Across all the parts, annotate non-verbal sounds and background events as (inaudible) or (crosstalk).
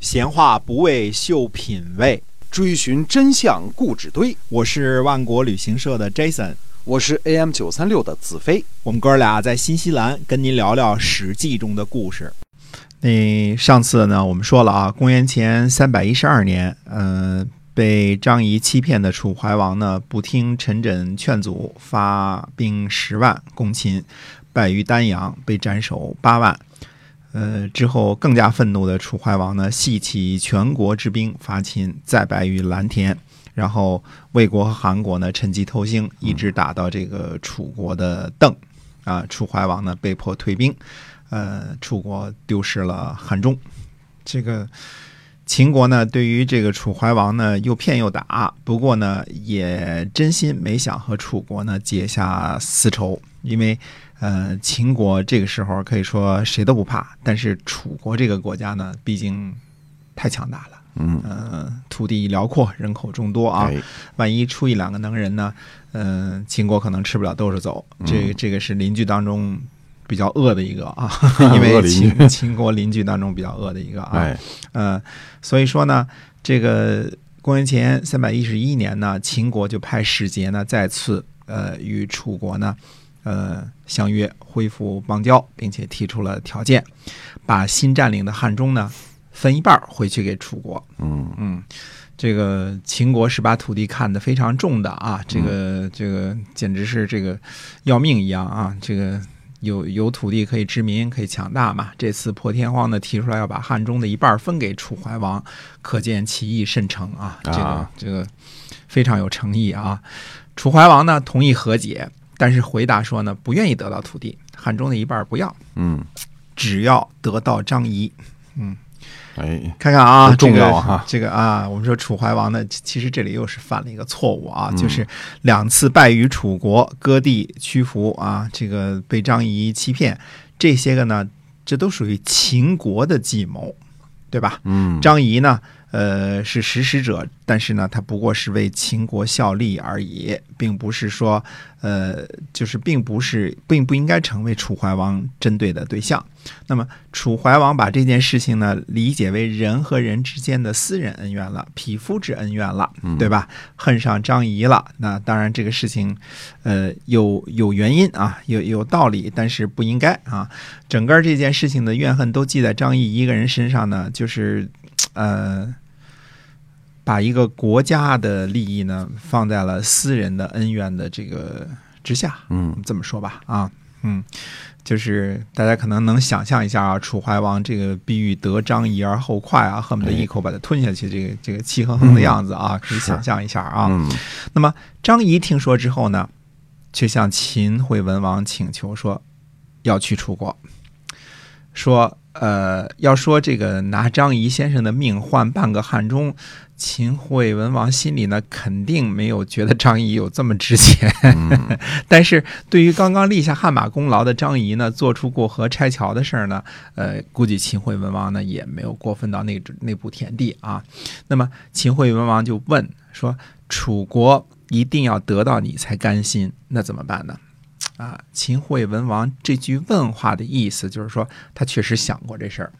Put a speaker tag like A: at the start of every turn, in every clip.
A: 闲话不为秀品味，
B: 追寻真相故纸堆。
A: 我是万国旅行社的 Jason，
B: 我是 AM 九三六的子飞。
A: 我们哥俩在新西兰跟您聊聊《史记》中的故事。那上次呢，我们说了啊，公元前三百一十二年，嗯、呃，被张仪欺骗的楚怀王呢，不听陈轸劝阻，发兵十万攻秦，败于丹阳，被斩首八万。呃，之后更加愤怒的楚怀王呢，系起全国之兵伐秦，再败于蓝田。然后魏国和韩国呢，趁机偷腥，一直打到这个楚国的邓。啊，楚怀王呢被迫退兵，呃，楚国丢失了韩中。这个秦国呢，对于这个楚怀王呢，又骗又打，不过呢，也真心没想和楚国呢结下私仇，因为。呃，秦国这个时候可以说谁都不怕，但是楚国这个国家呢，毕竟太强大了，
B: 嗯，
A: 呃，土地辽阔，人口众多啊，
B: 哎
A: 万一出一两个能人呢，呃，秦国可能吃不了兜着走。
B: 嗯
A: 这这个是邻居当中比较恶的一个
B: (laughs)
A: 啊，因为
B: 恶邻居
A: 秦秦国邻居当中比较恶的一个啊，
B: 哎，
A: 呃，所以说呢，这个公元前三百一十一年呢，秦国就派使节呢再次呃与楚国呢呃相约恢复邦交，并且提出了条件，把新占领的汉中呢分一半儿回去给楚国。
B: 嗯，
A: 嗯，这个秦国是把土地看得非常重的啊，这个这个简直是这个要命一样啊，这个。有有土地可以殖民，可以强大嘛？这次破天荒的提出来要把汉中的一半分给楚怀王，可见其意甚诚啊！这个
B: 啊
A: 这个非常有诚意啊！楚怀王呢同意和解，但是回答说呢不愿意得到土地，汉中的一半不要，
B: 嗯，
A: 只要得到张仪。
B: 哎，
A: 看看啊，
B: 很重要啊
A: 这个、这个啊，我们说楚怀王呢，其其实这里又是犯了一个错误
B: 嗯
A: 啊，就是两次败于楚国，割地屈服啊，这个被张仪欺骗，这些个呢，这都属于秦国的计谋，对吧？
B: 嗯，
A: 张仪呢，呃，是实施者，但是呢，他不过是为秦国效力而已，并不是说，呃，就是并不是，并不应该成为楚怀王针对的对象。那么，楚怀王把这件事情呢，理解为人和人之间的私人恩怨了，匹夫之恩怨了，对吧？恨上张仪了，那当然这个事情，呃，有有原因啊，有有道理，但是不应该啊。整个这件事情的怨恨都记在张毅一个人身上呢，就是呃，把一个国家的利益呢放在了私人的恩怨的这个之下。
B: 嗯，
A: 这么说吧，啊，嗯，就是大家可能能想象一下啊，楚怀王这个必欲得张仪而后快啊，恨不得一口把它吞下去，这个这个气哼哼的样子啊，可以
B: 是
A: 想象一下啊。
B: 嗯，
A: 那么张仪听说之后呢，却向秦惠文王请求说，要去楚国，说呃，要说这个拿张仪先生的命换半个汉中，秦惠文王心里呢肯定没有觉得张仪有这么值钱，
B: 嗯
A: 但是对于刚刚立下汗马功劳的张仪呢，做出过河拆桥的事儿呢，呃，估计秦惠文王呢也没有过分到那那步田地啊。那么秦惠文王就问说：“楚国一定要得到你才甘心，那怎么办呢？”啊，秦惠文王这句问话的意思就是说，他确实想过这事儿，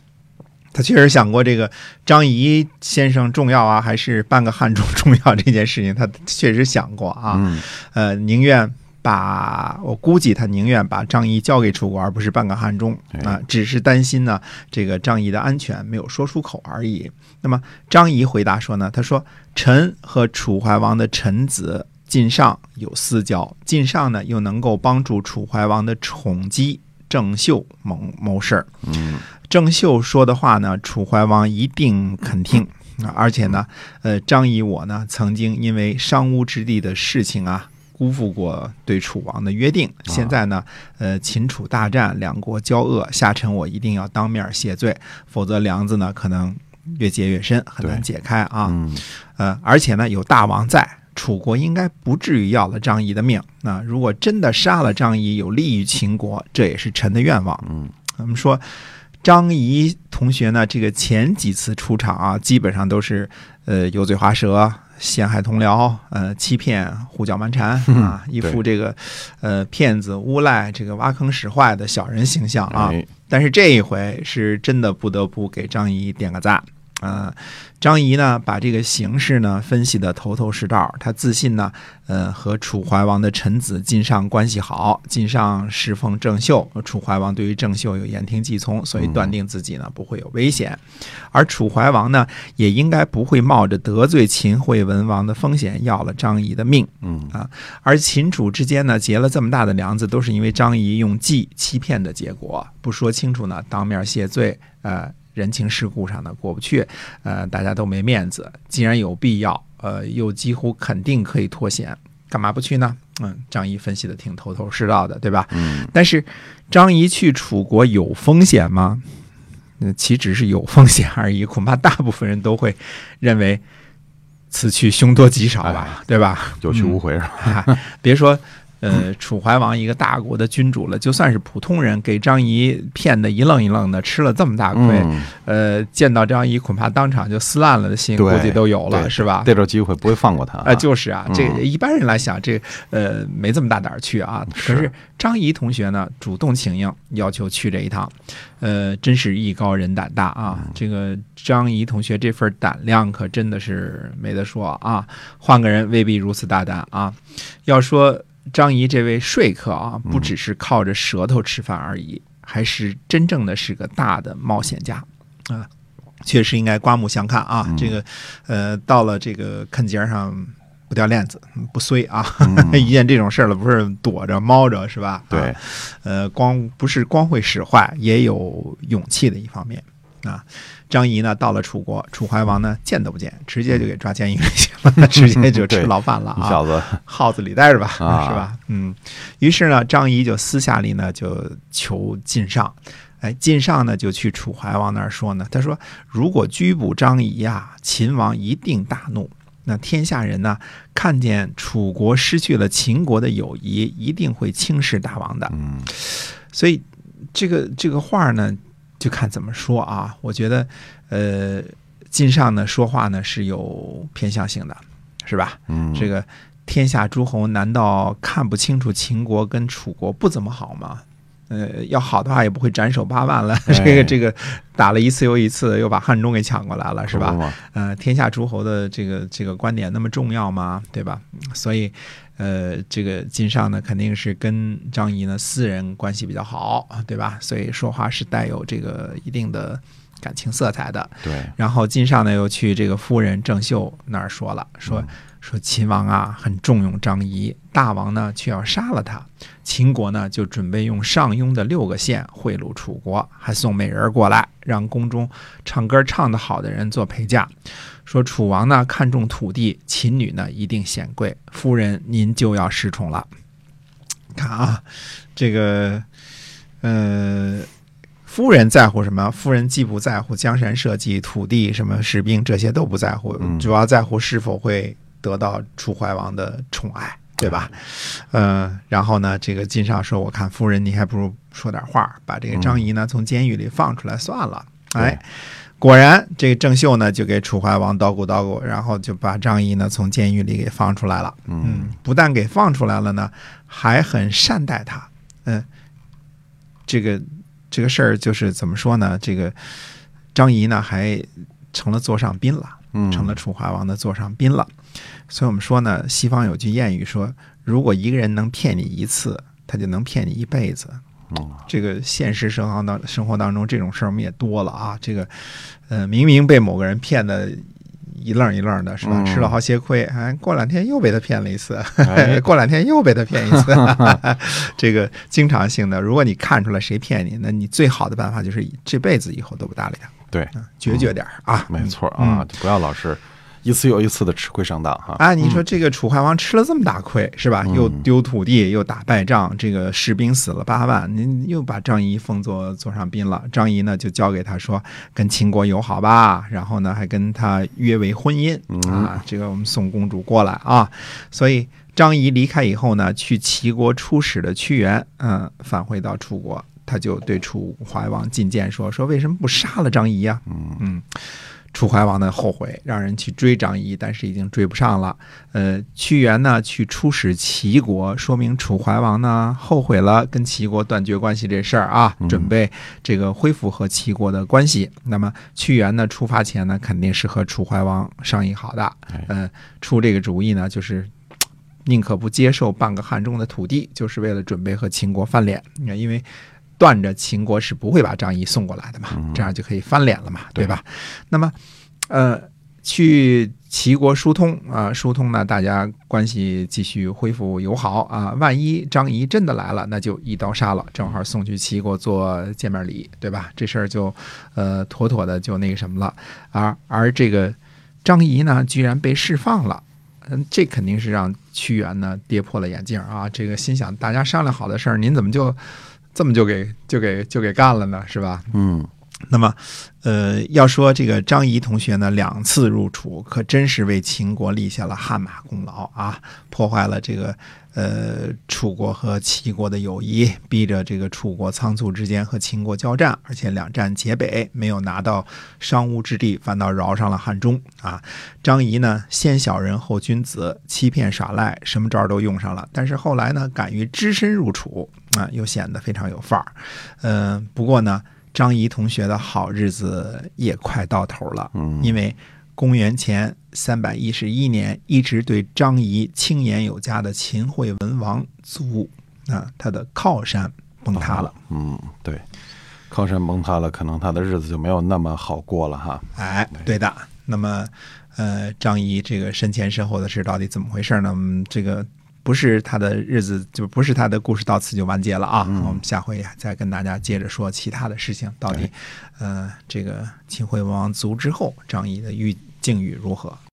A: 他确实想过这个张仪先生重要啊，还是半个汉中重要这件事情，他确实想过 (laughs) 啊。
B: 嗯，
A: 呃，宁愿把我估计他宁愿把张仪交给楚国，而不是半个汉中
B: 哎
A: 啊、只是担心呢这个张仪的安全，没有说出口而已。那么张仪回答说呢，他说臣和楚怀王的臣子。晋上有私交，晋上呢又能够帮助楚怀王的宠姬郑袖谋谋事儿。
B: 嗯，
A: 郑袖说的话呢，楚怀王一定肯听。啊而且呢，呃，张仪我呢曾经因为商巫之地的事情啊，辜负过对楚王的约定。现在呢，呃，秦楚大战，两国交恶，下臣我一定要当面谢罪，否则梁子呢可能越结越深，很难
B: 对
A: 解开啊。
B: 嗯，
A: 呃，而且呢，有大王在，楚国应该不至于要了张仪的命。那、如果真的杀了张仪，有利于秦国，这也是臣的愿望。
B: 嗯，
A: 我们说张仪同学呢，这个前几次出场啊，基本上都是呃油嘴滑舌。陷害同僚，呃，欺骗、胡搅蛮缠
B: 嗯
A: 啊，一副这个，呃，骗子、诬赖、这个挖坑使坏的小人形象啊。
B: 哎，
A: 但是这一回是真的不得不给张仪点个赞呃，张仪呢，把这个形势呢分析的头头是道，他自信呢，呃，和楚怀王的臣子靳尚关系好，靳尚侍奉郑袖，楚怀王对于郑袖有言听计从，所以断定自己呢不会有危险，而楚怀王呢，也应该不会冒着得罪秦惠文王的风险要了张仪的命，
B: 嗯
A: 啊，而秦楚之间呢结了这么大的梁子，都是因为张仪用计欺骗的结果，不说清楚呢，当面谢罪，呃。人情世故上呢过不去，呃，大家都没面子。既然有必要，呃，又几乎肯定可以脱险，干嘛不去呢？嗯，张仪分析的挺头头是道的，对吧？
B: 嗯
A: 但是张仪去楚国有风险吗？嗯，岂止是有风险而已，恐怕大部分人都会认为此去凶多吉少吧，对吧？
B: 有去无回是吧？
A: 哎别说。呃，楚怀王一个大国的君主了，就算是普通人，给张仪骗的一愣一愣的，吃了这么大亏，
B: 嗯，
A: 呃，见到张仪恐怕当场就撕烂了的心，估
B: 对
A: 计都有了，
B: 对
A: 是吧？
B: 逮着机会不会放过他
A: 啊、就是啊，这
B: 嗯
A: 一般人来想，这呃没这么大胆儿去啊。可
B: 是
A: 是张仪同学呢，主动请缨，要求去这一趟，呃，真是艺高人胆大啊。
B: 嗯
A: 这个张仪同学这份胆量可真的是没得说啊，换个人未必如此大胆啊。要说张仪这位说客啊，
B: 嗯
A: 不只是靠着舌头吃饭而已，还是真正的是个大的冒险家啊。确实应该刮目相看啊！
B: 嗯
A: 这个，呃，到了这个坎节儿上不掉链子，嗯不衰啊！
B: 嗯
A: (laughs) 一见这种事儿了，不是躲着猫着是吧？
B: 对
A: 啊，呃，光不是光会使坏，也有勇气的一方面啊。张仪呢，到了楚国，楚怀王呢，见都不见，直接就给抓监狱里去了，直接就吃
B: 嗯对
A: 牢饭了
B: 你
A: 啊！
B: 小子，
A: 耗子里带着吧，
B: 啊
A: 是吧？嗯，于是呢，张仪就私下里呢就求晋上，哎，晋上呢就去楚怀王那儿说呢，他说如果拘捕张仪啊，秦王一定大怒。那天下人呢，看见楚国失去了秦国的友谊，一定会轻视大王的。
B: 嗯
A: 所以这个这个话呢，就看怎么说啊。我觉得，呃，晋上呢说话呢是有偏向性的，是吧？
B: 嗯，
A: 这个天下诸侯难道看不清楚秦国跟楚国不怎么好吗？呃，要好的话也不会斩首八万了。
B: 哎
A: 这个这个打了一次又一次，又把汉中给抢过来了，是
B: 可
A: 吧
B: 不？嘛？
A: 呃，天下诸侯的这个这个观点那么重要吗？对吧？所以，呃，这个晋上呢，肯定是跟张仪呢私人关系比较好，对吧？所以说话是带有这个一定的感情色彩的。
B: 对，
A: 然后晋上呢又去这个夫人郑袖那儿说了，说说秦王啊很重用张仪，大王呢却要杀了他，秦国呢就准备用上庸的六个县贿赂楚国，还送美人儿过来，让宫中唱歌唱得好的人做陪嫁。说楚王呢看重土地，秦女呢一定显贵，夫人您就要失宠了。看啊，这个，呃，夫人在乎什么？夫人既不在乎江山社稷、土地、什么士兵这些都不在乎，
B: 嗯
A: 主要在乎是否会得到楚怀王的宠爱，
B: 嗯
A: 对吧？呃，然后呢，这个晋上说：“我看夫人，你还不如说点话，把这个张仪呢、从监狱里放出来算了。”
B: 对
A: 哎，果然这个郑袖呢就给楚怀王叨咕叨咕，然后就把张仪呢从监狱里给放出来了。
B: 嗯
A: 嗯，不但给放出来了呢，还很善待他。嗯，这个这个事儿就是怎么说呢？这个张仪呢还成了座上宾了，
B: 嗯，
A: 成了楚怀王的座上宾了。所以我们说呢，西方有句谚语说，如果一个人能骗你一次，他就能骗你一辈子。
B: 嗯
A: 这个现实生活当生活当中这种事儿我们也多了啊。这个，呃，明明被某个人骗的一愣一愣的，是吧？
B: 嗯
A: 吃了好些亏，哎，过两天又被他骗了一次，
B: 哎
A: (laughs) 过两天又被他骗一
B: (laughs)
A: 次。这个经常性的，如果你看出来谁骗你，那你最好的办法就是这辈子以后都不搭理他，
B: 对，
A: 啊决绝点儿啊。
B: 没错
A: 嗯
B: 啊，就不要老是一次又一次的吃亏上当哈。
A: 啊，你说这个楚怀王吃了这么大亏是吧？又丢土地，又打败仗，这个士兵死了八万，您又把张仪封作座上宾了。张仪呢就交给他说，跟秦国友好吧，然后呢还跟他约为婚姻啊，这个我们送公主过来啊。所以张仪离开以后呢，去齐国出使的屈原，嗯，返回到楚国，他就对楚怀王进谏说，说为什么不杀了张仪呀、啊
B: 嗯
A: 嗯，楚怀王的后悔，让人去追张仪，但是已经追不上了。呃，屈原呢去出使齐国，说明楚怀王呢后悔了跟齐国断绝关系这事儿啊，准备这个恢复和齐国的关系。那么屈原呢出发前呢，肯定是和楚怀王商议好的，呃，出这个主意呢就是宁可不接受半个汉中的土地，就是为了准备和秦国翻脸。你看，因为断着秦国是不会把张仪送过来的嘛，这样就可以翻脸了嘛，对吧？那么，呃，去齐国疏通啊、疏通呢，大家关系继续恢复友好啊。万一张仪真的来了，那就一刀杀了，正好送去齐国做见面礼，对吧？这事儿就呃妥妥的就那个什么了。而而这个张仪呢，居然被释放了。嗯，这肯定是让屈原呢跌破了眼镜啊！这个心想，大家商量好的事儿，您怎么就这么就给就给就给干了呢？是吧？
B: 嗯，
A: 那么，呃，要说这个张仪同学呢，两次入楚，可真是为秦国立下了汗马功劳啊！破坏了这个呃楚国和齐国的友谊，逼着这个楚国仓促之间和秦国交战，而且两战皆北，没有拿到商务之地，反倒饶上了汉中啊！张仪呢，先小人后君子，欺骗耍赖，什么招儿都用上了，但是后来呢，敢于只身入楚啊，又显得非常有范儿。嗯、不过呢。张仪同学的好日子也快到头了，因为公元前三百一十一年，一直对张仪清言有加的秦惠文王卒啊，他的靠山崩塌了。
B: 嗯，对，靠山崩塌了，可能他的日子就没有那么好过了哈。
A: 哎，对的。那么，呃，张仪这个身前身后的事到底怎么回事呢？我们这个不是他的日子，就不是他的故事到此就完结了啊。我们下回再跟大家接着说其他的事情，到底，呃，这个秦惠文王卒之后，张仪的遇境遇如何？